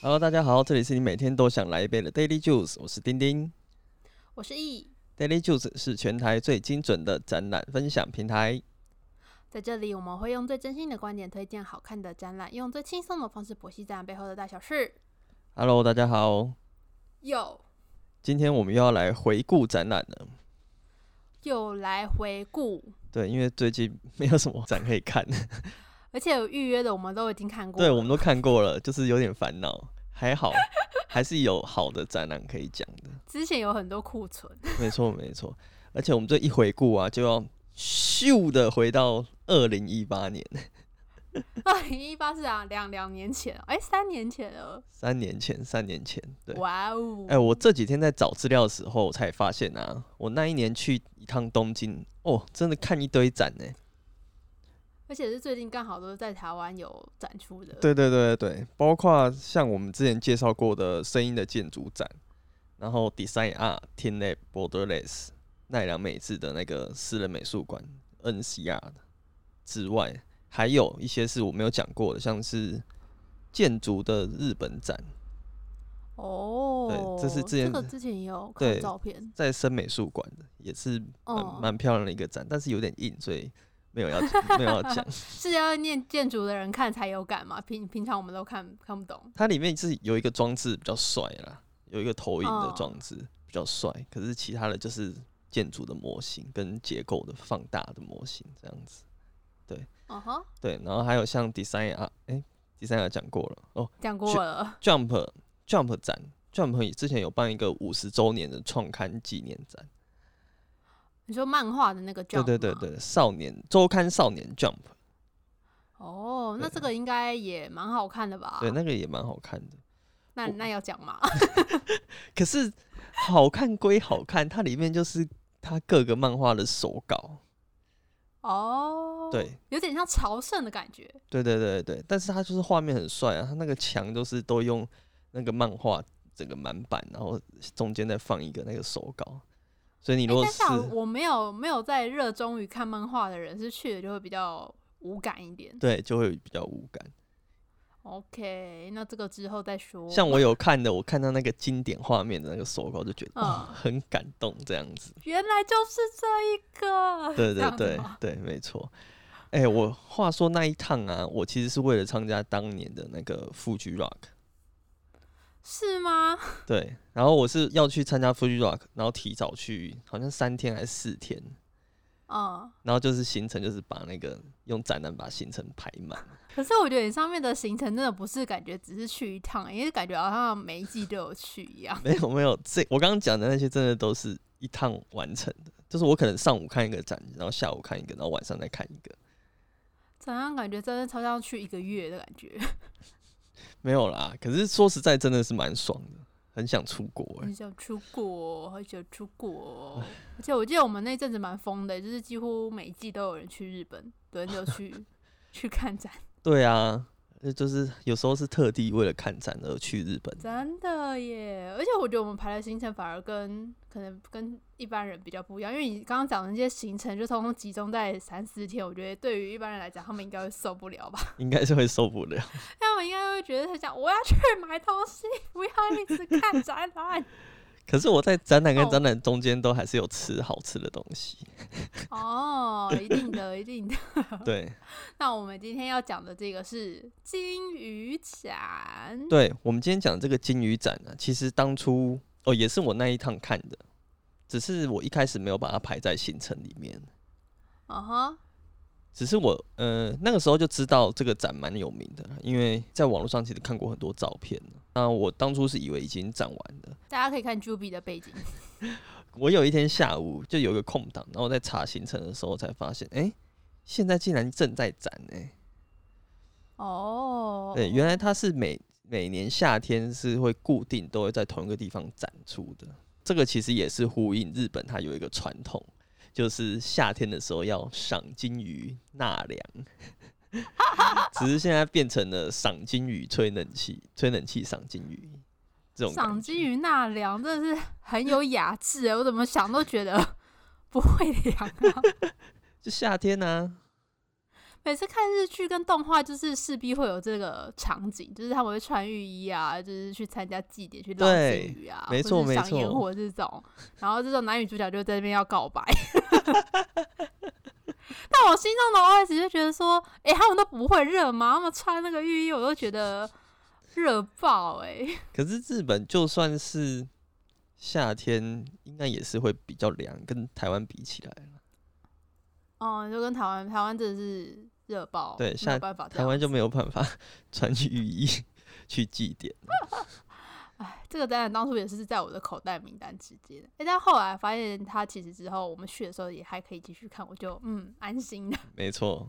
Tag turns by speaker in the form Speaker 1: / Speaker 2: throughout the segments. Speaker 1: Hello，大家好，这里是你每天都想来一杯的 Daily Juice，我是丁丁。
Speaker 2: 我是易，
Speaker 1: Daily Juice 是全台最精准的展览分享平台。
Speaker 2: 在这里我们会用最真心的观点推荐好看的展览，用最轻松的方式剖析展览背后的大小事。
Speaker 1: Hello，大家好，
Speaker 2: 又
Speaker 1: 今天我们又要来回顾展览了。
Speaker 2: 又来回顾，
Speaker 1: 对，因为最近没有什么展可以看，
Speaker 2: 而且有预约的我们都已经看过
Speaker 1: 对
Speaker 2: 了，
Speaker 1: 我们都看过了，就是有点烦恼。还好， 还是有好的展览可以讲的。
Speaker 2: 之前有很多 库存，
Speaker 1: 没错，没错。而且我们这一回顾啊，就要咻的回到二零一八年，
Speaker 2: 二零一八是啊，两两年前，哎、三年前了，
Speaker 1: 三年前，三年前，对。
Speaker 2: 哇哦，
Speaker 1: 哎、我这几天在找资料的时候，我才发现啊，我那一年去一趟东京，哦，真的看一堆展呢、
Speaker 2: 而且是最近刚好都是在台湾有展出的，
Speaker 1: 对对对对对，包括像我们之前介绍过的声音的建筑展，然后 Design Art、天内 Borderless、奈良美智的那个私人美术馆 NCR 的之外，还有一些是我没有讲过的，像是建筑的日本展，
Speaker 2: 哦，
Speaker 1: 对这是之前
Speaker 2: 这个之前也有看
Speaker 1: 对
Speaker 2: 到照片，
Speaker 1: 在深美术馆的也是
Speaker 2: 哦
Speaker 1: 蛮蛮漂亮的一个展，但是有点硬，所以没有要没有要讲。
Speaker 2: 是要念建筑的人看才有感嘛，平平常我们都看看不懂，
Speaker 1: 它里面是有一个装置比较帅啦，有一个投影的
Speaker 2: 哦
Speaker 1: 装置比较帅，可是其他的就是建筑的模型跟结构的放大的模型这样子。
Speaker 2: 嗯哼，
Speaker 1: 对，然后还有像 design 啊，哎、d e s i g n 讲过了哦
Speaker 2: 讲过了。
Speaker 1: ，Jump Jump 展，Jump 也之前有办一个五十周年的创刊纪念展，
Speaker 2: 你说漫画的那个 Jump
Speaker 1: 对对对
Speaker 2: 吗。
Speaker 1: 对，少年周刊少年 Jump，
Speaker 2: 哦，那
Speaker 1: 对嗯
Speaker 2: 这个应该也蛮好看的吧？
Speaker 1: 对，那个也蛮好看的。
Speaker 2: 那
Speaker 1: 我
Speaker 2: 那要 讲嘛？
Speaker 1: 可是好看归好看，它里面就是它各个漫画的手稿，
Speaker 2: 哦，
Speaker 1: 对，
Speaker 2: 有点像朝圣的感觉。
Speaker 1: 对对对对，但是它就是画面很帅啊，它那个墙都是都用那个漫画整个满版，然后中间再放一个那个手稿，所以你
Speaker 2: 诶
Speaker 1: 如果
Speaker 2: 但
Speaker 1: 是、
Speaker 2: 是啊我没有没有在热衷于看漫画的人，是去了就会比较无感一点。
Speaker 1: 对就会比较无感。
Speaker 2: OK，那这个之后再说。
Speaker 1: 像我有看的，我看到那个经典画面的那个手稿，就觉得、哇
Speaker 2: 嗯
Speaker 1: 很感动这样子。
Speaker 2: 原来就是这一个，
Speaker 1: 对
Speaker 2: 这
Speaker 1: 对
Speaker 2: 样子
Speaker 1: 对
Speaker 2: 吗
Speaker 1: 对，没错。哎、我话说那一趟啊，我其实是为了参加当年的那个 Fuji Rock，
Speaker 2: 是吗？
Speaker 1: 对，然后我是要去参加 Fuji Rock，然后提早去，好像三天还是四天，
Speaker 2: 嗯，
Speaker 1: 然后就是行程，就是把那个用展览把行程排满。
Speaker 2: 可是我觉得你上面的行程真的不是感觉只是去一趟，因为感觉好像每一季都有去一样。
Speaker 1: 没有没有，这我刚刚讲的那些真的都是一趟完成的，就是我可能上午看一个展，然后下午看一个，然后晚上再看一个。
Speaker 2: 怎样感觉真的超像去一个月的感觉？
Speaker 1: 没有啦，可是说实在真的是蛮爽的，很想出国、欸。
Speaker 2: 很想出国，很想出国。而且我记得我们那阵子蛮疯的，就是几乎每一季都有人去日本轮流去去看展，
Speaker 1: 对啊，呃就是有时候是特地为了看展而去日本。
Speaker 2: 真的耶！而且我觉得我们排的行程反而跟可能跟一般人比较不一样，因为你刚刚讲的那些行程就通通集中在三四天，我觉得对于一般人来讲，他们应该会受不了吧？
Speaker 1: 应该是会受不了。
Speaker 2: 他们应该会觉得很想我要去买东西，不要一直看展览。
Speaker 1: 可是我在展览跟
Speaker 2: 哦
Speaker 1: 展览中间都还是有吃好吃的东西。
Speaker 2: 哦，一定的，一定的。
Speaker 1: 对，
Speaker 2: 那我们今天要讲的这个是金鱼展，
Speaker 1: 对我们今天讲这个金鱼展呢、啊，其实当初哦也是我那一趟看的，只是我一开始没有把它排在行程里面，
Speaker 2: 嗯哼，
Speaker 1: 只是我呃那个时候就知道这个展蛮有名的，因为在网络上其实看过很多照片了那我当初是以为已经展完了，
Speaker 2: 大家可以看 Juby 的背景，
Speaker 1: 我有一天下午就有一个空档，然后在查行程的时候才发现，哎、现在竟然正在展哎、
Speaker 2: 哦，
Speaker 1: 对，原来它是每每年夏天是会固定都会在同一个地方展出的。这个其实也是呼应日本，它有一个传统，就是夏天的时候要赏金鱼、纳 凉。只是现在变成了赏金鱼、吹冷气、吹冷气、赏金鱼这种感
Speaker 2: 赏金
Speaker 1: 觉。
Speaker 2: 鱼纳凉真的是很有雅致欸，我怎么 想都觉得不会凉啊，
Speaker 1: 就夏天啊，
Speaker 2: 每次看日剧跟动画，就是势必会有这个场景，就是他们会穿浴衣啊，就是去参加祭典，去捞
Speaker 1: 对
Speaker 2: 金鱼啊，
Speaker 1: 没
Speaker 2: 或是
Speaker 1: 错没
Speaker 2: 赏烟
Speaker 1: 错
Speaker 2: 火这种。然后这种男女主角就在那边要告白。 但我心中的 OS 就觉得说，哎、他们都不会热吗？他们穿那个浴衣，我都觉得热爆哎、诶
Speaker 1: 可是日本就算是夏天，应该也是会比较凉，跟台湾比起来，
Speaker 2: 哦、就跟台湾，台湾真的是热爆，
Speaker 1: 对
Speaker 2: 没
Speaker 1: 像
Speaker 2: 有办法这
Speaker 1: 台
Speaker 2: 样。
Speaker 1: 湾就没有办法 穿浴衣去祭典。
Speaker 2: 哎，这个展览当初也是在我的口袋名单之间，哎、但后来发现它其实之后我们去的时候也还可以继续看，我就嗯安心了。
Speaker 1: 没错，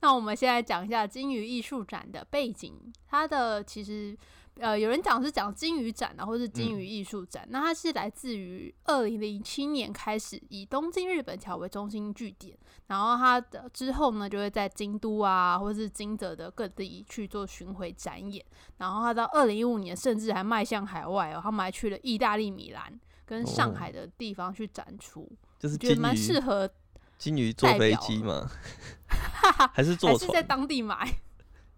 Speaker 2: 那我们现在讲一下金鱼艺术展的背景，它的其实呃有人讲是讲金鱼展啊，或是金鱼
Speaker 1: 嗯
Speaker 2: 艺术展，那它是来自于二零零七年开始以东京日本桥为中心据点，然后它的之后呢就会在京都啊或是金泽的各地去做巡回展演，然后它到二零一五年甚至还迈向海外哦，他们还去了意大利米兰跟上
Speaker 1: 哦
Speaker 2: 海的地方去展出，
Speaker 1: 就是
Speaker 2: 觉
Speaker 1: 金
Speaker 2: 得蛮适
Speaker 1: 鱼，
Speaker 2: 合，
Speaker 1: 金鱼坐
Speaker 2: 代
Speaker 1: 飞
Speaker 2: 表
Speaker 1: 机
Speaker 2: 了
Speaker 1: 嘛，还是
Speaker 2: 还
Speaker 1: 坐
Speaker 2: 是在
Speaker 1: 船？
Speaker 2: 当地买。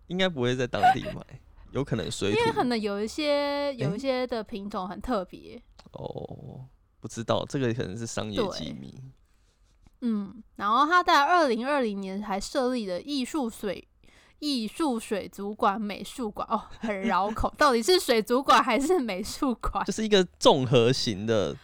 Speaker 1: 应该不会在当地买，有可能水
Speaker 2: 因为可
Speaker 1: 土
Speaker 2: 能有一些有
Speaker 1: 诶
Speaker 2: 一些的品种很特别，
Speaker 1: 哦，不知道这个可能是商业
Speaker 2: 对
Speaker 1: 机密。
Speaker 2: 嗯，然后他在二零二零年还设立了艺术水艺术水族馆美术馆，哦，很 绕口，到底是水族馆还是美术馆？
Speaker 1: 就是一个综合型的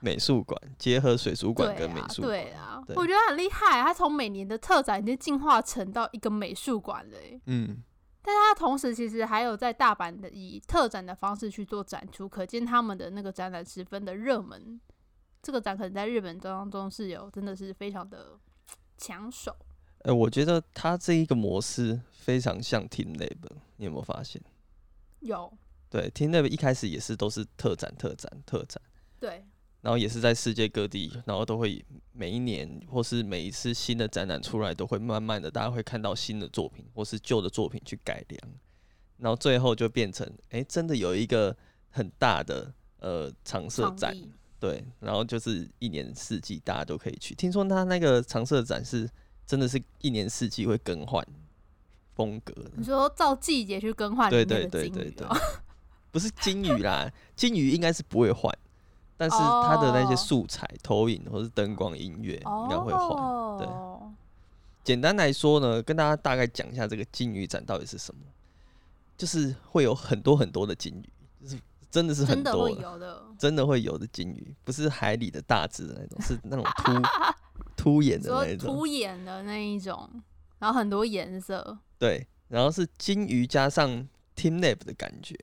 Speaker 1: 美术馆，结合水族馆
Speaker 2: 对
Speaker 1: 跟
Speaker 2: 啊，
Speaker 1: 美术馆。
Speaker 2: 对啊，
Speaker 1: 对
Speaker 2: 我觉得很厉害，他从每年的特展已经进化成到一个美术馆了欸耶。
Speaker 1: 嗯，
Speaker 2: 但是他同时其实还有在大阪的以特展的方式去做展出，可见他们的那个展览十分的热门。这个展可能在日本当中是有真的是非常的抢手。
Speaker 1: 哎、我觉得它这一个模式非常像 Team Lab，你有没有发现？
Speaker 2: 有
Speaker 1: 对，Team Lab 一开始也是都是特展、特展、特展，
Speaker 2: 对，
Speaker 1: 然后也是在世界各地，然后都会每一年或是每一次新的展览出来，都会慢慢的大家会看到新的作品或是旧的作品去改良，然后最后就变成，哎、真的有一个很大的呃常设
Speaker 2: 创
Speaker 1: 展，
Speaker 2: 意
Speaker 1: 对，然后就是一年四季大家都可以去。听说他那个常设展是真的是一年四季会更换风格
Speaker 2: 你
Speaker 1: 的，
Speaker 2: 说照季节去更换
Speaker 1: 对
Speaker 2: 里
Speaker 1: 对
Speaker 2: 面的
Speaker 1: 对
Speaker 2: 金
Speaker 1: 对
Speaker 2: 鱼
Speaker 1: 对
Speaker 2: 哦，，
Speaker 1: 不是金鱼啦，金鱼应该是不会换，但是它的那些
Speaker 2: 哦
Speaker 1: 素材、投影或是灯光、音乐应该会换。对
Speaker 2: 哦，
Speaker 1: 简单来说呢，跟大家大概讲一下这个金鱼展到底是什么，就是会有很多很多的金鱼，就是真的是很
Speaker 2: 真的
Speaker 1: 多
Speaker 2: 会
Speaker 1: 的
Speaker 2: 有的。
Speaker 1: 真的会有的金鱼，不是海里的大只的那种，是那 种凸凸眼
Speaker 2: 你
Speaker 1: 的
Speaker 2: 说
Speaker 1: 那一种。
Speaker 2: 凸眼的那一种，然后很多颜色，
Speaker 1: 对，然后是金鱼加上 Team Lab 的感觉，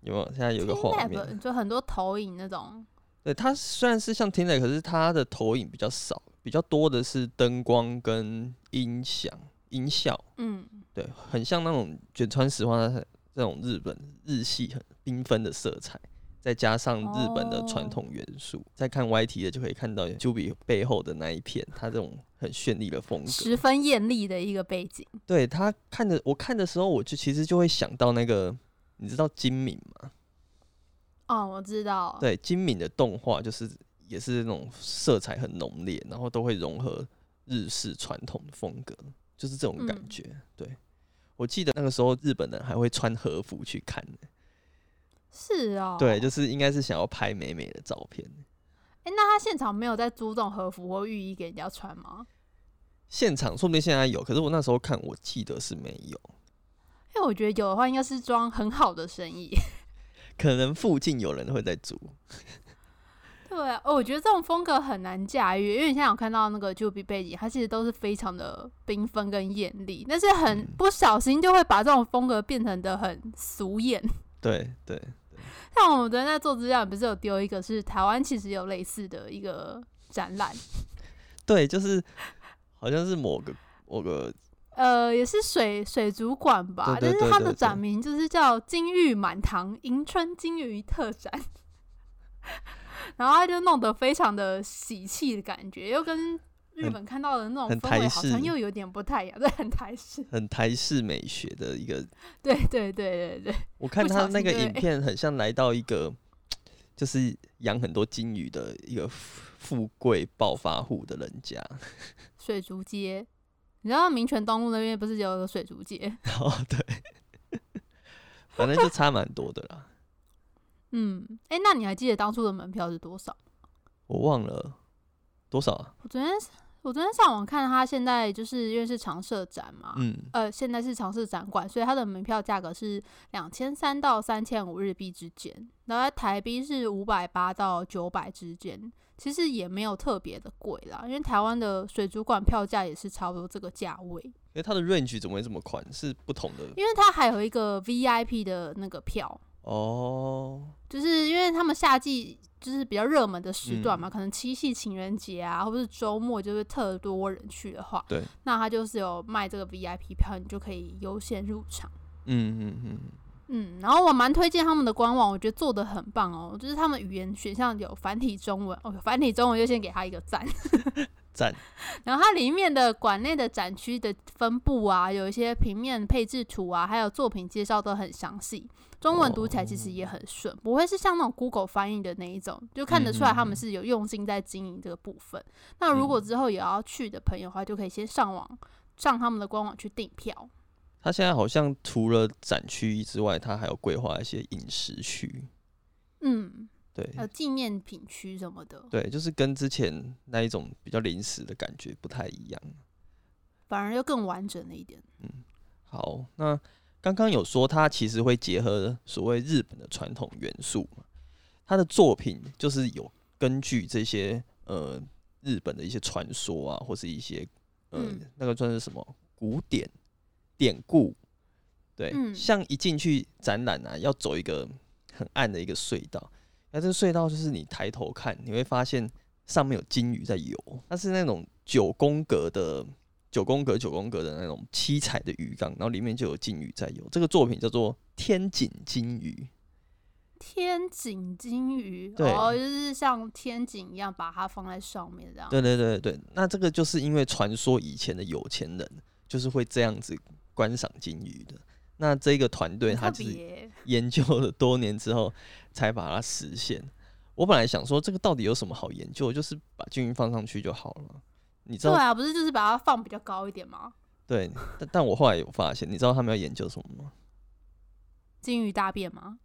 Speaker 1: 有没有？现在有一个
Speaker 2: Team
Speaker 1: 画
Speaker 2: Lab，
Speaker 1: 面。
Speaker 2: 就很多投影那种，
Speaker 1: 对，它虽然是像 Team Lab，可是它的投影比较少，比较多的是灯光跟音响、音效。
Speaker 2: 嗯，
Speaker 1: 对，很像那种卷川石花的这种日本日系很缤纷的色彩，再加上日本的传
Speaker 2: 哦
Speaker 1: 统元素，再看 YT 的就可以看到 j u b 背后的那一片，它这种很绚丽的风
Speaker 2: 十
Speaker 1: 格。
Speaker 2: 分艳丽的一个背景。
Speaker 1: 对他看的，我看的时候，我就其实就会想到那个，你知道金敏吗？
Speaker 2: 哦，我知道，
Speaker 1: 对，金敏的动画就是也是那种色彩很浓烈，然后都会融合日式传统的风格，就是这种感
Speaker 2: 嗯
Speaker 1: 觉。对，我记得那个时候日本人还会穿和服去看、
Speaker 2: 是哦，
Speaker 1: 对，就是应该是想要拍美美的照片。
Speaker 2: 哎、那他现场没有在租这种和服或浴衣给人家穿吗？
Speaker 1: 现场说不定现在有，可是我那时候看，我记得是没有，
Speaker 2: 因为我觉得有的话，应该是装很好的生意。
Speaker 1: 可能附近有人会在租。
Speaker 2: 对啊，哦我觉得这种风格很难驾驭，因为你现在有看到那个 Jubi 背景，它其实都是非常的缤纷跟艳丽，但是很
Speaker 1: 嗯
Speaker 2: 不小心就会把这种风格变成的很俗艳。
Speaker 1: 对对，
Speaker 2: 像我们昨天在做资料，不是有丢一个是台湾其实有类似的一个展览，
Speaker 1: 对，就是好像是某个某个
Speaker 2: 呃，也是水水族馆吧，
Speaker 1: 对对
Speaker 2: 但是它
Speaker 1: 对对
Speaker 2: 的
Speaker 1: 对
Speaker 2: 展名就是叫“金玉满堂迎春金鱼特展”， 然后它就弄得非常的喜气的感觉，又跟日
Speaker 1: 很
Speaker 2: 本看到的那种
Speaker 1: 很
Speaker 2: 氛围
Speaker 1: 台
Speaker 2: 好
Speaker 1: 式
Speaker 2: 像又有点不太一样，对， 很台式，
Speaker 1: 很台式美学的一个，
Speaker 2: 对对对对对，
Speaker 1: 我看
Speaker 2: 不
Speaker 1: 他
Speaker 2: 小
Speaker 1: 那
Speaker 2: 心
Speaker 1: 个
Speaker 2: 就会
Speaker 1: 影片，很像来到一个就是养很多金鱼的一个富富贵暴发户的人家。
Speaker 2: 水族街，你知道民权东路那边不是有一个水族节？
Speaker 1: 哦，对， 反正就差蛮多的啦。
Speaker 2: 嗯，哎、那你还记得当初的门票是多少？
Speaker 1: 我忘了多少啊？
Speaker 2: 我昨天我昨天上网看，它现在就是因为是常设展嘛，
Speaker 1: 嗯，
Speaker 2: 呃，现在是常设展馆，所以它的门票价格是两千三到三千五日币之间，然后在台币是五百八到九百之间，其实也没有特别的贵啦，因为台湾的水族馆票价也是差不多这个价位，
Speaker 1: 因为它的 range 怎么会这么宽？是不同的
Speaker 2: 因为它还有一个 VIP 的那个票，
Speaker 1: 哦。
Speaker 2: 就是因为他们夏季就是比较热门的时段嘛，可能七夕情人节啊，或者是周末就是特多人去的话，
Speaker 1: 对，
Speaker 2: 那他就是有卖这个 VIP 票，你就可以优先入场。
Speaker 1: 嗯嗯嗯，
Speaker 2: 嗯，然后我蛮推荐他们的官网，我觉得做的很棒哦，就是他们语言选项有繁体中文，哦，有繁体中文就先给他一个赞。
Speaker 1: 赞。
Speaker 2: 然后它里面的馆内的展区的分布啊，有一些平面配置图啊，还有作品介绍都很详细，中文读起来其实也很顺，不会是像那种 Google 翻译的那一种，就看得出来他们是有用心在经营这个部分。那如果之后也要去的朋友的话，就可以先上网上他们的官网去订票。
Speaker 1: 它现在好像除了展区之外，它还有规划一些饮食区。
Speaker 2: 嗯，
Speaker 1: 对
Speaker 2: 还有纪念品区什么的，
Speaker 1: 对，就是跟之前那一种比较临时的感觉不太一样。
Speaker 2: 反而又更完整了一点。
Speaker 1: 好，那刚刚有说它其实会结合所谓日本的传统元素嘛，他的作品就是有根据这些呃日本的一些传说啊，或是一些呃、
Speaker 2: 嗯
Speaker 1: 那个算是什么古典典故，对，
Speaker 2: 嗯
Speaker 1: 像一进去展览啊，要走一个很暗的一个隧道，那这个隧道就是你抬头看，你会发现上面有金鱼在游，它是那种九宫格的九宫格九宫格的那种七彩的鱼缸，然后里面就有金鱼在游。这个作品叫做《天井金鱼
Speaker 2: 天井金鱼，
Speaker 1: 对
Speaker 2: 哦，就是像天井一样把它放在上面这》。样。
Speaker 1: 对对对对，那这个就是因为传说以前的有钱人就是会这样子观赏金鱼的。那这个团队
Speaker 2: 很
Speaker 1: 它
Speaker 2: 特
Speaker 1: 就是
Speaker 2: 别，
Speaker 1: 研究了多年之后才把它实现。我本来想说这个到底有什么好研究，就是把金鱼放上去就好了。你知
Speaker 2: 对
Speaker 1: 道
Speaker 2: 啊，不是就是把它放比较高一点吗？
Speaker 1: 对，但但我后来有发现，你知道他们要研究什么吗？
Speaker 2: 金鱼大便吗？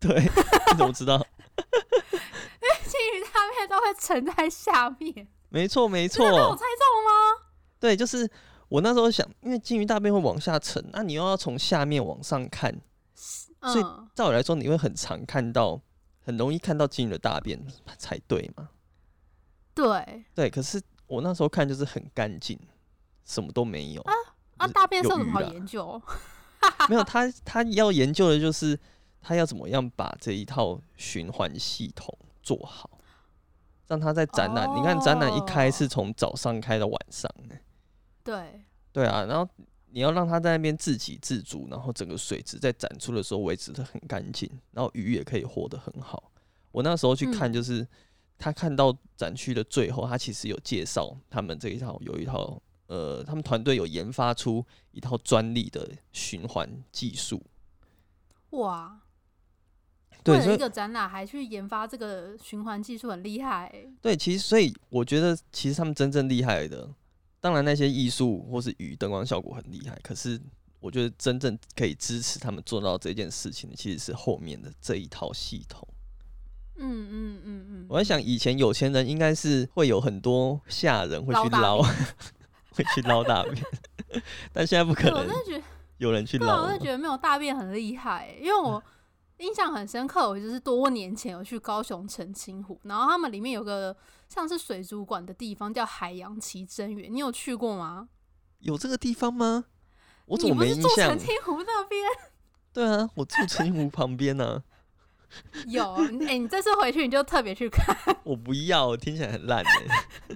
Speaker 1: 对，你怎么知道？
Speaker 2: 金鱼大便都会沉在下面，
Speaker 1: 没错，没
Speaker 2: 那我
Speaker 1: 错
Speaker 2: 猜，中了吗？
Speaker 1: 对，就是我那时候想，因为金鱼大便会往下沉，那你又要从下面往上看，所以
Speaker 2: 嗯，
Speaker 1: 照理来说你会很常看到，很容易看到金鱼的大便才对嘛。
Speaker 2: 对
Speaker 1: 对，可是我那时候看就是很干净，什么都没有，
Speaker 2: 啊，
Speaker 1: 是
Speaker 2: 大便是
Speaker 1: 有
Speaker 2: 有什么好
Speaker 1: 鱼啊啦
Speaker 2: 研究？
Speaker 1: 没有他他要研究的就是他要怎么样把这一套循环系统做好。让他在展览你看展览一开
Speaker 2: 哦
Speaker 1: 是从早上开到晚上，
Speaker 2: 对，
Speaker 1: 对啊，然后你要让它在那边自给自足，然后整个水质在展出的时候维持的很干净，然后鱼也可以活得很好。我那时候去看，
Speaker 2: 嗯
Speaker 1: 就是、他看到展区的最后，他其实有介绍他们这一套有一套呃，他们团队有研发出一套专利的循环技术。
Speaker 2: 哇，
Speaker 1: 对，
Speaker 2: 为
Speaker 1: 所
Speaker 2: 了一
Speaker 1: 以
Speaker 2: 个展览还去研发这个循环技术，很厉害欸。
Speaker 1: 对，其实所以我觉得，其实他们真正厉害的，当然那些艺术或是鱼灯光效果很厉害，可是我觉得真正可以支持他们做到这件事情的，其实是后面的这一套系统。
Speaker 2: 嗯嗯嗯嗯，
Speaker 1: 我在想，以前有钱人应该是会有很多下人会去捞
Speaker 2: 捞，
Speaker 1: 会去捞大便，但现在不可
Speaker 2: 对，我
Speaker 1: 能
Speaker 2: 真的觉得，
Speaker 1: 有人去
Speaker 2: 对啊，
Speaker 1: 捞
Speaker 2: 我真
Speaker 1: 了
Speaker 2: 的。觉得没有大便很厉害欸，因为 我。印象很深刻，我就是多年前有去高雄澄清湖，然后他们里面有个像是水族馆的地方叫海洋奇珍园，你有去过吗？
Speaker 1: 有这个地方吗？我怎
Speaker 2: 你
Speaker 1: 么
Speaker 2: 不
Speaker 1: 没
Speaker 2: 是
Speaker 1: 印
Speaker 2: 住
Speaker 1: 象
Speaker 2: 澄？清湖那边
Speaker 1: 对啊，我住澄湖旁边呢、
Speaker 2: 有？哎、你这次回去你就特别去看，
Speaker 1: 我不要，听起来很烂哎、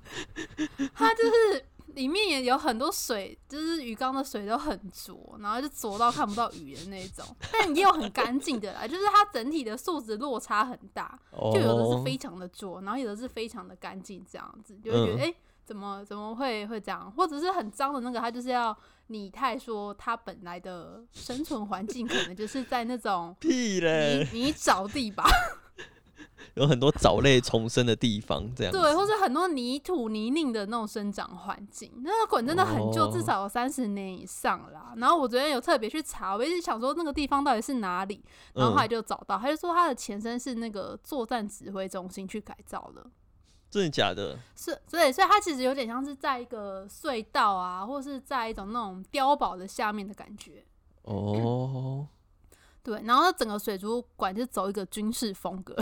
Speaker 2: 它就是里面也有很多水，就是鱼缸的水都很浊，然后就浊到看不到鱼的那种，但也有很干净的啦，就是它整体的素质落差很大， 就有的是
Speaker 1: 哦
Speaker 2: 非常的浊，然后有的是非常的干净，这样子就会
Speaker 1: 嗯
Speaker 2: 觉得哎。诶怎么怎么会会这样，或者是很脏的那个，它就是要拟态说它本来的 生存环境可能就是在那种
Speaker 1: 屁嘞！
Speaker 2: 泥泥沼地吧，
Speaker 1: 有很多藻类重生的地方，这样子
Speaker 2: 对，或者很多泥土泥泞的那种生长环境，那个滚真的很旧，
Speaker 1: 哦
Speaker 2: 至少有三十年以上啦。然后我昨天有特别去查，我一直想说那个地方到底是哪里，然后后来
Speaker 1: 嗯，
Speaker 2: 就找到，他就说他的前身是那个作战指挥中心去改造了。
Speaker 1: 真的假的？
Speaker 2: 是，所以，所以它其实有点像是在一个隧道啊，或是在一种那种碉堡的下面的感觉。
Speaker 1: 哦，
Speaker 2: 对，然后整个水族馆就走一个军事风格，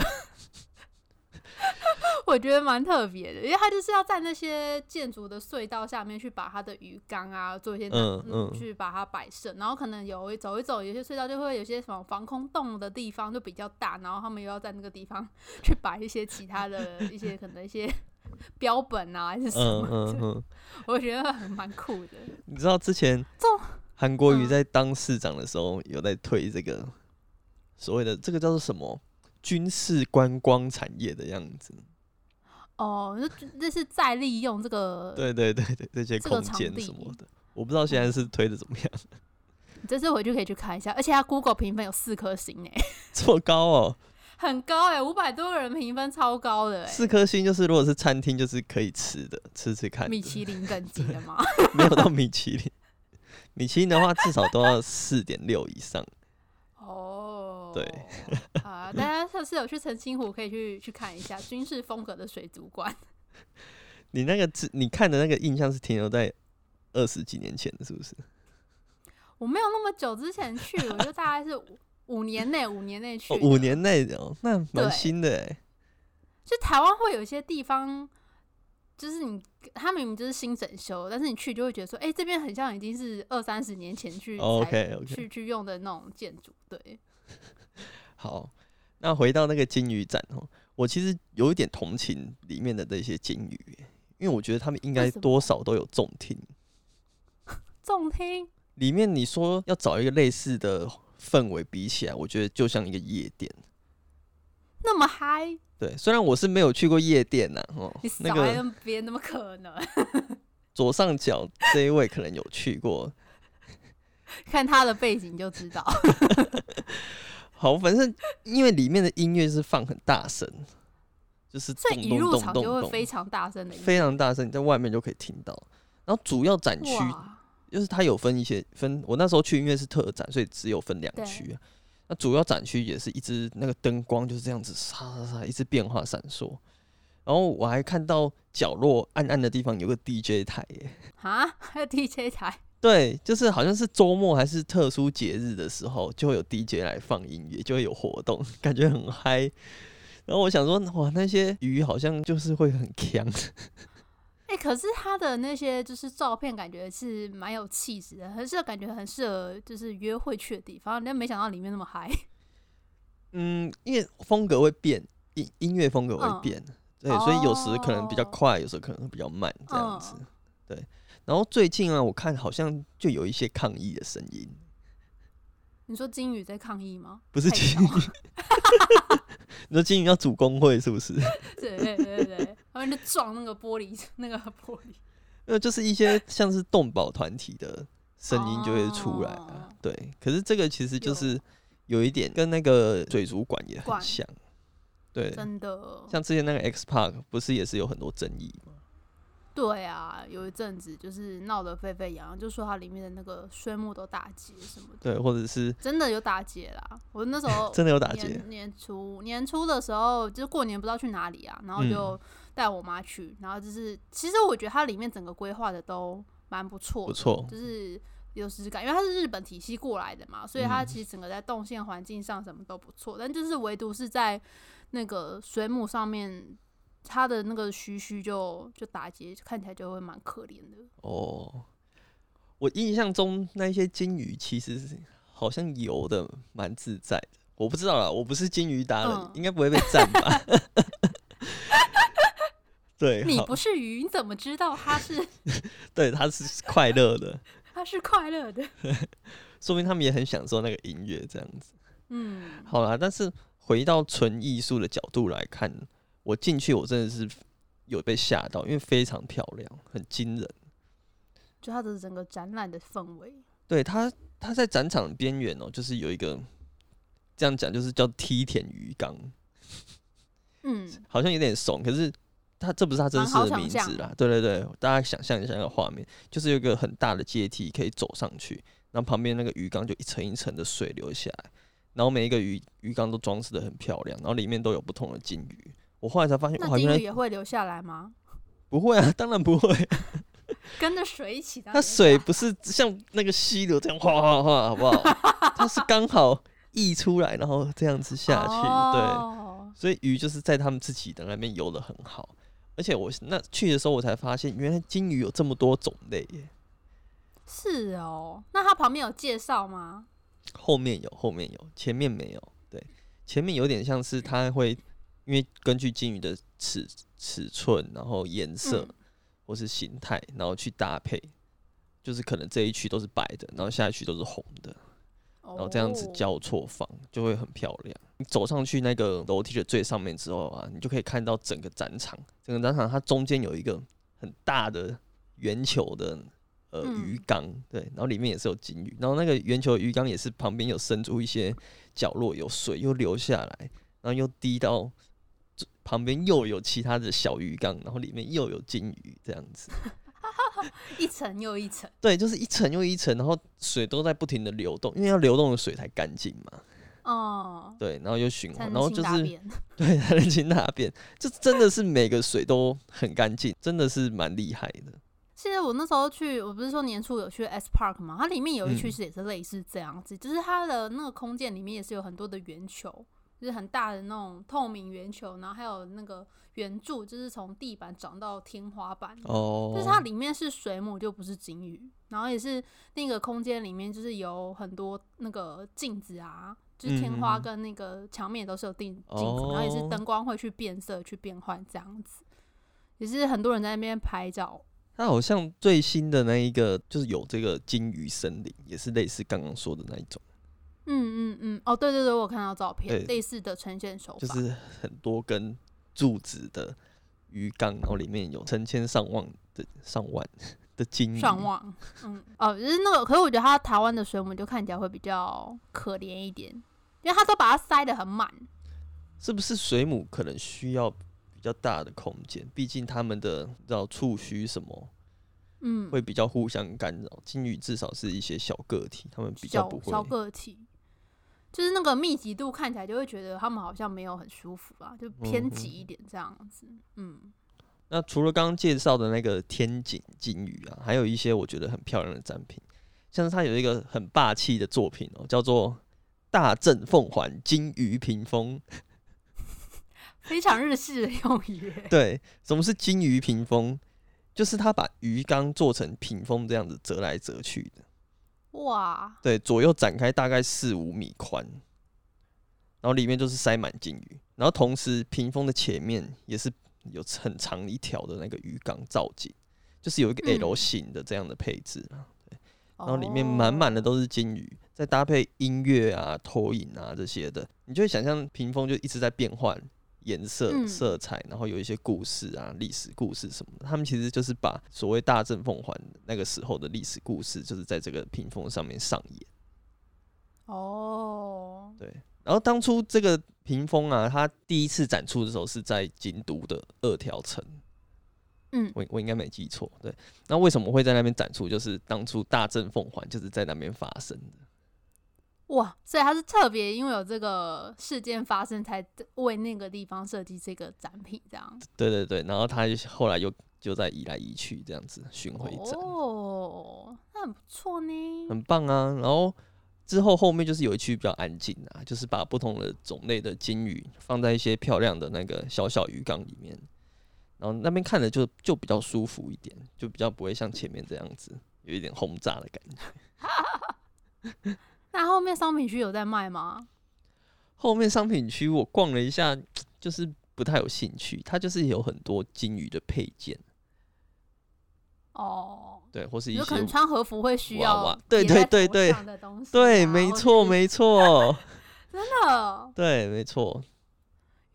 Speaker 2: 我觉得蛮特别的，因为它就是要在那些建筑的隧道下面去把它的鱼缸啊做一些
Speaker 1: 嗯嗯
Speaker 2: 去把它摆设，然后可能有一走一走，有些隧道就会有些什么防空洞的地方就比较大，然后他们又要在那个地方 去摆一些其他的一些可能一些 标本啊还是什
Speaker 1: 嗯
Speaker 2: 么，
Speaker 1: 嗯嗯，
Speaker 2: 我觉得很蛮酷的。
Speaker 1: 你知道之前
Speaker 2: 这种
Speaker 1: 韩国瑜
Speaker 2: 嗯
Speaker 1: 在当市长的时候，有在推这个所谓的这个叫做什么军事观光产业的样子？
Speaker 2: 哦，那这是再利用这个
Speaker 1: 对对对对，这些
Speaker 2: 这个
Speaker 1: 空
Speaker 2: 场
Speaker 1: 间
Speaker 2: 地
Speaker 1: 什么的，我不知道现在是推的怎么样，
Speaker 2: 你这次回去可以去看一下，而且它 Google 评分有四颗星哎、
Speaker 1: 这么高哦，
Speaker 2: 很高哎、五百多个人评分超高的哎、
Speaker 1: 四颗星就是如果是餐厅就是可以吃的，吃吃看的，
Speaker 2: 米其林等级的吗？
Speaker 1: 没有到米其林， 米其林的话至少都要四点六以上。
Speaker 2: 哦，
Speaker 1: 对，
Speaker 2: 好啊，大家下次有去澄清湖可以去去看一下军事风格的水族馆。
Speaker 1: 你那个字，你看的那个印象是停留在二十几年前的，是不是？
Speaker 2: 我没有那么久之前去，我就大概是五五年内五年内去
Speaker 1: 哦
Speaker 2: 的、，
Speaker 1: 五年内的哦，那
Speaker 2: 对
Speaker 1: 蛮新的哎。
Speaker 2: 就台湾会有一些地方，就是你它明明就是新整修，但是你去就会觉得说，哎、这边很像已经是二三十年前去才、
Speaker 1: 哦 OK OK，
Speaker 2: 去去用的那种建筑。对，
Speaker 1: 好，那回到那个金鱼展哦，我其实有一点同情里面的这些金鱼欸，因为我觉得他们应
Speaker 2: 为
Speaker 1: 该
Speaker 2: 什么
Speaker 1: 多少都有重听。
Speaker 2: 重听
Speaker 1: 里面你说要找一个类似的氛围比起来，我觉得就像一个夜店。
Speaker 2: 那么嗨，
Speaker 1: 对，虽然我是没有去过夜店呐、哦
Speaker 2: 你，少
Speaker 1: 那
Speaker 2: 在
Speaker 1: 个
Speaker 2: 那边，怎么可能？
Speaker 1: 左上角这一位可能有去过，
Speaker 2: 看他的背景就知 道。
Speaker 1: 好，反正因为里面的音乐是放很大声，就是
Speaker 2: 所
Speaker 1: 咚
Speaker 2: 以一
Speaker 1: 咚
Speaker 2: 入
Speaker 1: 咚
Speaker 2: 场
Speaker 1: 咚
Speaker 2: 就会
Speaker 1: 咚
Speaker 2: 非常大声的音
Speaker 1: 非常大声，你在外面就可以听到。然后主要展区
Speaker 2: 哇，
Speaker 1: 就是它有分一些分，我那时候去因为是特展，所以只有分两
Speaker 2: 对
Speaker 1: 区、啊。那主要展区也是一直那个灯光就是这样子沙沙沙一直变化闪烁。然后我还看到角落暗暗的地方有个 DJ 台耶，
Speaker 2: 啊，还有 DJ 台，
Speaker 1: 对，就是好像是周末还是特殊节日的时候，就会有 DJ 来放音乐，就会有活动， 感觉很嗨。然后我想说，哇，那些鱼好像就是会很强，
Speaker 2: 哎、可是他的那些就是照片，感觉是蛮有气质的，很适合，感觉很适合就是约会去的地方。但没想到里面那么嗨，
Speaker 1: 嗯，因为风格会变，音音乐风格会
Speaker 2: 嗯
Speaker 1: 变，对，所以有时可能比较
Speaker 2: 哦
Speaker 1: 快，有时可能比较慢，这样
Speaker 2: 嗯
Speaker 1: 子，对。然后最近啊，我看好像就有一些抗议的声音，
Speaker 2: 你说金鱼在抗议吗？
Speaker 1: 不是
Speaker 2: 太
Speaker 1: 金
Speaker 2: 小
Speaker 1: 鱼， 你说金鱼要组工会是不是？
Speaker 2: 对对对对，然后就撞那个玻璃， 那个玻璃。
Speaker 1: 呃，就是一些像是动保团体的声音就会出来啊。
Speaker 2: 哦
Speaker 1: 对，可是这个其实就
Speaker 2: 有
Speaker 1: 是有一点跟那个水族馆也很
Speaker 2: 馆
Speaker 1: 像，对，
Speaker 2: 真的，
Speaker 1: 像之前那个 X Park 不是也是有很多争议吗？
Speaker 2: 对啊，有一阵子就是闹得沸沸扬扬，就说它里面的那个水母都打结什么的，
Speaker 1: 对，或者是
Speaker 2: 真的有打结啦。我那时候
Speaker 1: 真的有打劫
Speaker 2: 年年初年初的时候，就是过年不知道去哪里啊，然后就
Speaker 1: 嗯
Speaker 2: 带我妈去，然后就是其实我觉得它里面整个规划的都蛮不错的，
Speaker 1: 不错
Speaker 2: 就是有质感，因为它是日本体系过来的嘛，所以它
Speaker 1: 嗯
Speaker 2: 其实整个在动线环境上什么都不错，但就是唯独是在那个水母上面。它的那个须须就就打结，看起来就会蛮可怜的。
Speaker 1: 哦。我印象中那些金鱼其实是好像游的蛮自在的，我不知道啦，我不是金鱼达人，
Speaker 2: 嗯
Speaker 1: 应该不会被占 吧？对，
Speaker 2: 你
Speaker 1: 哎好
Speaker 2: 不是鱼，你怎么知道它是
Speaker 1: 对，它是快乐的。
Speaker 2: 它是快乐的？
Speaker 1: 说明他们也很享受那个音乐这样子。
Speaker 2: 嗯，
Speaker 1: 好啦，但是回到纯艺术的角度来看，我进去我真的是有被吓到，因为非常漂亮，很惊人。
Speaker 2: 就它的整个展览的氛围，
Speaker 1: 对它，它在展场边缘哦，就是有一个这样讲，就是叫梯田鱼缸，
Speaker 2: 嗯，
Speaker 1: 好像有点怂，可是它这不是它真实
Speaker 2: 蛮好
Speaker 1: 的
Speaker 2: 想
Speaker 1: 名
Speaker 2: 象
Speaker 1: 字啦。对对对，大家想象一下那个画面，就是有一个很大的阶梯可以走上去，然后旁边那个鱼缸就一层一层的水流下来，然后每一个鱼鱼缸都装饰的很漂亮，然后里面都有不同的金鱼。我后来才发现，
Speaker 2: 那
Speaker 1: 哇，
Speaker 2: 金
Speaker 1: 原
Speaker 2: 鱼
Speaker 1: 来
Speaker 2: 也会留下来吗？
Speaker 1: 不会啊，当然不会。
Speaker 2: 跟着水一起的。
Speaker 1: 它水不是像那个溪流这样哗哗哗，好不好？它是刚好溢出来，然后这样子下去，对。
Speaker 2: 哦、
Speaker 1: 所以鱼就是在他们自己的那边游的很好。而且我那去的时候，我才发现原来金鱼有这么多种类耶。
Speaker 2: 对，是哦。那它旁边有介绍吗？
Speaker 1: 后面有，后面有，前面没有。对，前面有点像是它会，因为根据金鱼的尺尺寸，然后颜色、
Speaker 2: 嗯
Speaker 1: 或是形态，然后去搭配，就是可能这一区都是白的，然后下一区都是红的，
Speaker 2: 然
Speaker 1: 然后这样
Speaker 2: 哦
Speaker 1: 子交错放，就会很漂亮。你走上去那个楼梯的最上面之后啊，你就可以看到整个展场。整个展场它中间有一个很大的圆球的呃
Speaker 2: 嗯
Speaker 1: 鱼缸，对，然后里面也是有金鱼，然后那个圆球鱼缸也是旁边有伸出一些角落有水又流下来，然后又滴到这旁边又有其他的小鱼缸，然后里面又有金鱼这样子。
Speaker 2: 一层又一层。
Speaker 1: 对，就是一层又一层，然后水都在不停的流动，因为要流动的水才干净嘛。
Speaker 2: 哦、
Speaker 1: 对，然后又循
Speaker 2: 才
Speaker 1: 环，然
Speaker 2: 能
Speaker 1: 后
Speaker 2: 清
Speaker 1: 就
Speaker 2: 大
Speaker 1: 是
Speaker 2: 便
Speaker 1: 对 才能清大便，这真的是每个水都很干净，真的是蛮厉害的。
Speaker 2: 其实我那时候去，我不是说年初有去 S Park 嘛，它里面有一区
Speaker 1: 嗯
Speaker 2: 是也是类似这样子，就是它的那个空间里面也是有很多的圆球，就是很大的那种透明圆球，然后还有那个圆柱，就是从地板长到天花板。
Speaker 1: 哦，
Speaker 2: 嗯就是它里面是水母，就不是金鱼，然后也是那个空间里面就是有很多那个镜子啊，就是天
Speaker 1: 嗯
Speaker 2: 花
Speaker 1: 嗯嗯
Speaker 2: 跟那个墙面也都是有镜镜子，然后也是
Speaker 1: 哦
Speaker 2: 灯光会去变色、去变换这样子，也是很多人在那边拍照
Speaker 1: 它好像最新的那一个就是有这个金鱼森林，也是类似刚刚说的那一种，
Speaker 2: 嗯嗯嗯，哦，对对对，我有看到照片，
Speaker 1: 对
Speaker 2: 类似的呈现手法，
Speaker 1: 就是很多根柱子的鱼缸，然后里面有成千上万的上万的金鱼，
Speaker 2: 上望，嗯，哦，就是那个，可是我觉得它台湾的水母就看起来会比较可怜一点，因为它都把它塞得很满，
Speaker 1: 是不是水母可能需要比较大的空间？毕竟它们的你知道触须什么。
Speaker 2: 嗯，
Speaker 1: 会比较互相干扰。金鱼至少是一些小个体，他们比较
Speaker 2: 小
Speaker 1: 不会
Speaker 2: 小个体，就是那个密集度看起来就会觉得它们好像没有很舒服啊，就偏
Speaker 1: 嗯
Speaker 2: 挤
Speaker 1: 嗯
Speaker 2: 一点这样子，嗯，
Speaker 1: 那除了刚刚介绍的那个天井金鱼啊，还有一些我觉得很漂亮的展品，像是它有一个很霸气的作品哦，叫做《大正凤凰金鱼屏风》。
Speaker 2: 非常日式的用语欸，
Speaker 1: 对，什么是金鱼屏风？就是它把鱼缸做成屏风这样子折来折去的，
Speaker 2: 哇，
Speaker 1: 对，左右展开大概四五米宽，然后里面就是塞满金鱼，然后同时屏风的前面也是有很长一条的那个鱼缸造景，就是有一个
Speaker 2: 嗯哦
Speaker 1: L 型的这样的配置啊，然
Speaker 2: 然
Speaker 1: 后里面满满的都是金鱼，再搭配音乐啊、投影啊这些的，你就会想象屏风就一直在变换颜色、
Speaker 2: 嗯
Speaker 1: 色彩，然后有一些故事啊、历史故事什么的，他们其实就是把所谓大正凤凰那个时候的历史故事，就是在这个屏风上面上演。
Speaker 2: 哦，
Speaker 1: 对，然后当初这个屏风啊，它第一次展出的时候是在京都的二条城，
Speaker 2: 嗯，
Speaker 1: 我我应该没记错。对，那为什么会在那边展出？就是当初大正凤凰就是在那边发生的。
Speaker 2: 哇，所以他是特别因为有这个事件发生，才为那个地方设计这个展品，这样
Speaker 1: 对对对，然后它就后来又就在移来移去这样子巡回展，
Speaker 2: 哦，那很不错呢。
Speaker 1: 很棒啊。然后之后后面就是有一区比较安静啊，就是把不同的种类的金鱼放在一些漂亮的那个小小鱼缸里面。然后那边看着就就比较舒服一点，就比较不会像前面这样子有一点轰炸的感觉。
Speaker 2: 那后面商品区有在卖吗？
Speaker 1: 后面商品区我逛了一下，就是不太有兴趣。它就是有很多金鱼的配件，
Speaker 2: 哦，
Speaker 1: 对，或是一
Speaker 2: 有
Speaker 1: 些
Speaker 2: 可能穿和服会需
Speaker 1: 娃
Speaker 2: 要
Speaker 1: 娃对
Speaker 2: 别在
Speaker 1: 对对
Speaker 2: 头
Speaker 1: 对
Speaker 2: 上的东西啊，
Speaker 1: 对，没错
Speaker 2: 或是
Speaker 1: 没错，
Speaker 2: 真的，
Speaker 1: 对，没错，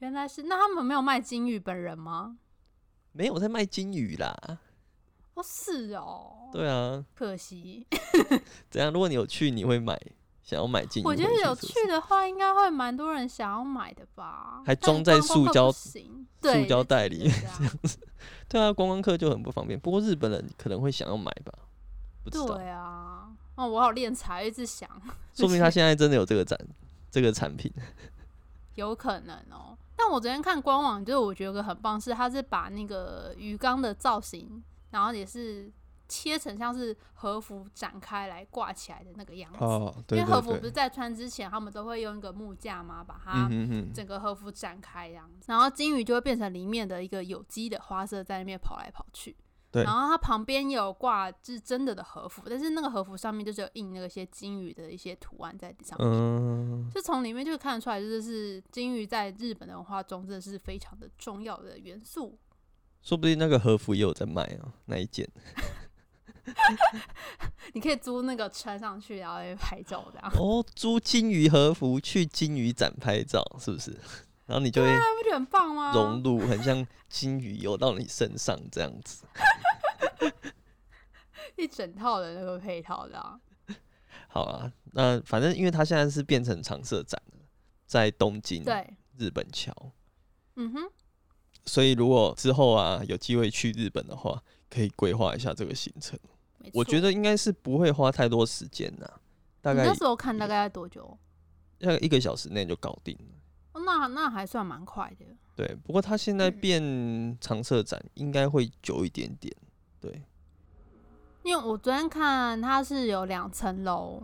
Speaker 2: 原来是那他们没有卖金鱼本人吗？
Speaker 1: 没有在卖金鱼啦。
Speaker 2: 哦，是哦，
Speaker 1: 对啊，
Speaker 2: 可惜
Speaker 1: 怎样？如果你有去，你会买想要买金鱼
Speaker 2: 我
Speaker 1: 回去
Speaker 2: 觉
Speaker 1: 是
Speaker 2: 得
Speaker 1: 不是。
Speaker 2: 有趣的话，应该会蛮多人想要买的吧？
Speaker 1: 还
Speaker 2: 但
Speaker 1: 装在
Speaker 2: 观光
Speaker 1: 塑
Speaker 2: 客
Speaker 1: 胶
Speaker 2: 不行对
Speaker 1: 塑胶袋
Speaker 2: 就
Speaker 1: 里
Speaker 2: 只能这样
Speaker 1: 对啊，观光客就很不方便。不过日本人可能会想要买吧， 不知道，
Speaker 2: 对啊，哦，我好练财，一直想，
Speaker 1: 说明他现在真的有这个展，这个产品。
Speaker 2: 有可能哦。但我昨天看官网，就是我觉得有个很棒是，它是把那个鱼缸的造型，然后也是切成像是和服展开来挂起来的那个样子。
Speaker 1: 哦，对
Speaker 2: 因为和服
Speaker 1: 对
Speaker 2: 不是
Speaker 1: 对，
Speaker 2: 在穿之前，他们都会用一个木架嘛，把
Speaker 1: 嗯
Speaker 2: 它
Speaker 1: 哼哼，
Speaker 2: 整个和服展开这样子，然后金鱼就会变成里面的一个有机的花色在那边跑来跑去。
Speaker 1: 对
Speaker 2: 然后它旁边有挂是真的的和服，但是那个和服上面就只有印那些金鱼的一些图案在上面，
Speaker 1: 嗯，
Speaker 2: 就从里面就可以看得出来，就是金鱼在日本的文化中真的是非常的重要的元素。
Speaker 1: 说不定那个和服也有在卖啊，那一件。
Speaker 2: 你可以租那个穿上去，然后去拍照这样，
Speaker 1: 哦，租金鱼和服去金鱼展拍照，是不是？然后你就会
Speaker 2: 那不就很棒吗？
Speaker 1: 融入，很像金鱼游到你身上这样子。
Speaker 2: 一整套的那个配套的、啊，
Speaker 1: 好啊，那反正因为它现在是变成常设展了，在东京
Speaker 2: 对，
Speaker 1: 日本桥，
Speaker 2: 嗯哼，
Speaker 1: 所以如果之后啊有机会去日本的话，可以规划一下这个行程。
Speaker 2: 没
Speaker 1: 我
Speaker 2: 错
Speaker 1: 觉得应该是不会花太多时间呐、大
Speaker 2: 你
Speaker 1: 概
Speaker 2: 那时候看大概要多久？
Speaker 1: 大概一个小时内就搞定了。
Speaker 2: 哦、那那还算蛮快的。
Speaker 1: 对，不过它现在
Speaker 2: 嗯
Speaker 1: 变常设展应该会久一点点。对，
Speaker 2: 因为我昨天看它是有两层楼，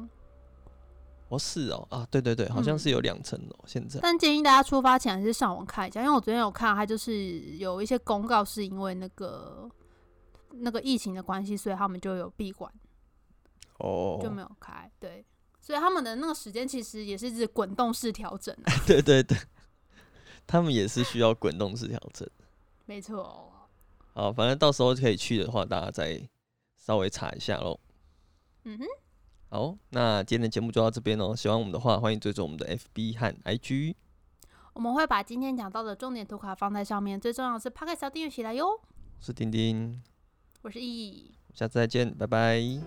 Speaker 1: 哦是哦啊，对对对，好像
Speaker 2: 嗯
Speaker 1: 是有两层楼现在。
Speaker 2: 但建议大家出发前还是上网看一下，因为我昨天有看，它就是有一些公告是因为那个那个疫情的关系，所以他们就有闭馆，
Speaker 1: 哦，
Speaker 2: 就没有开。对，所以他们的那个时间其实也是一直滚动式调整、啊，
Speaker 1: 对对 对，他们也是需要滚动式调整。
Speaker 2: 没错。
Speaker 1: 好，反正到时候可以去的话，大家再稍微查一下喽。
Speaker 2: 嗯哼，
Speaker 1: 好，那今天的节目就到这边喽。喜欢我们的话，欢迎追踪我们的 FB 和 IG。
Speaker 2: 我们会把今天讲到的重点图卡放在上面，最重要的是 p o d c a s 要订阅起来哟。
Speaker 1: 我是丁丁，
Speaker 2: 我是易。
Speaker 1: 下次再见，拜拜。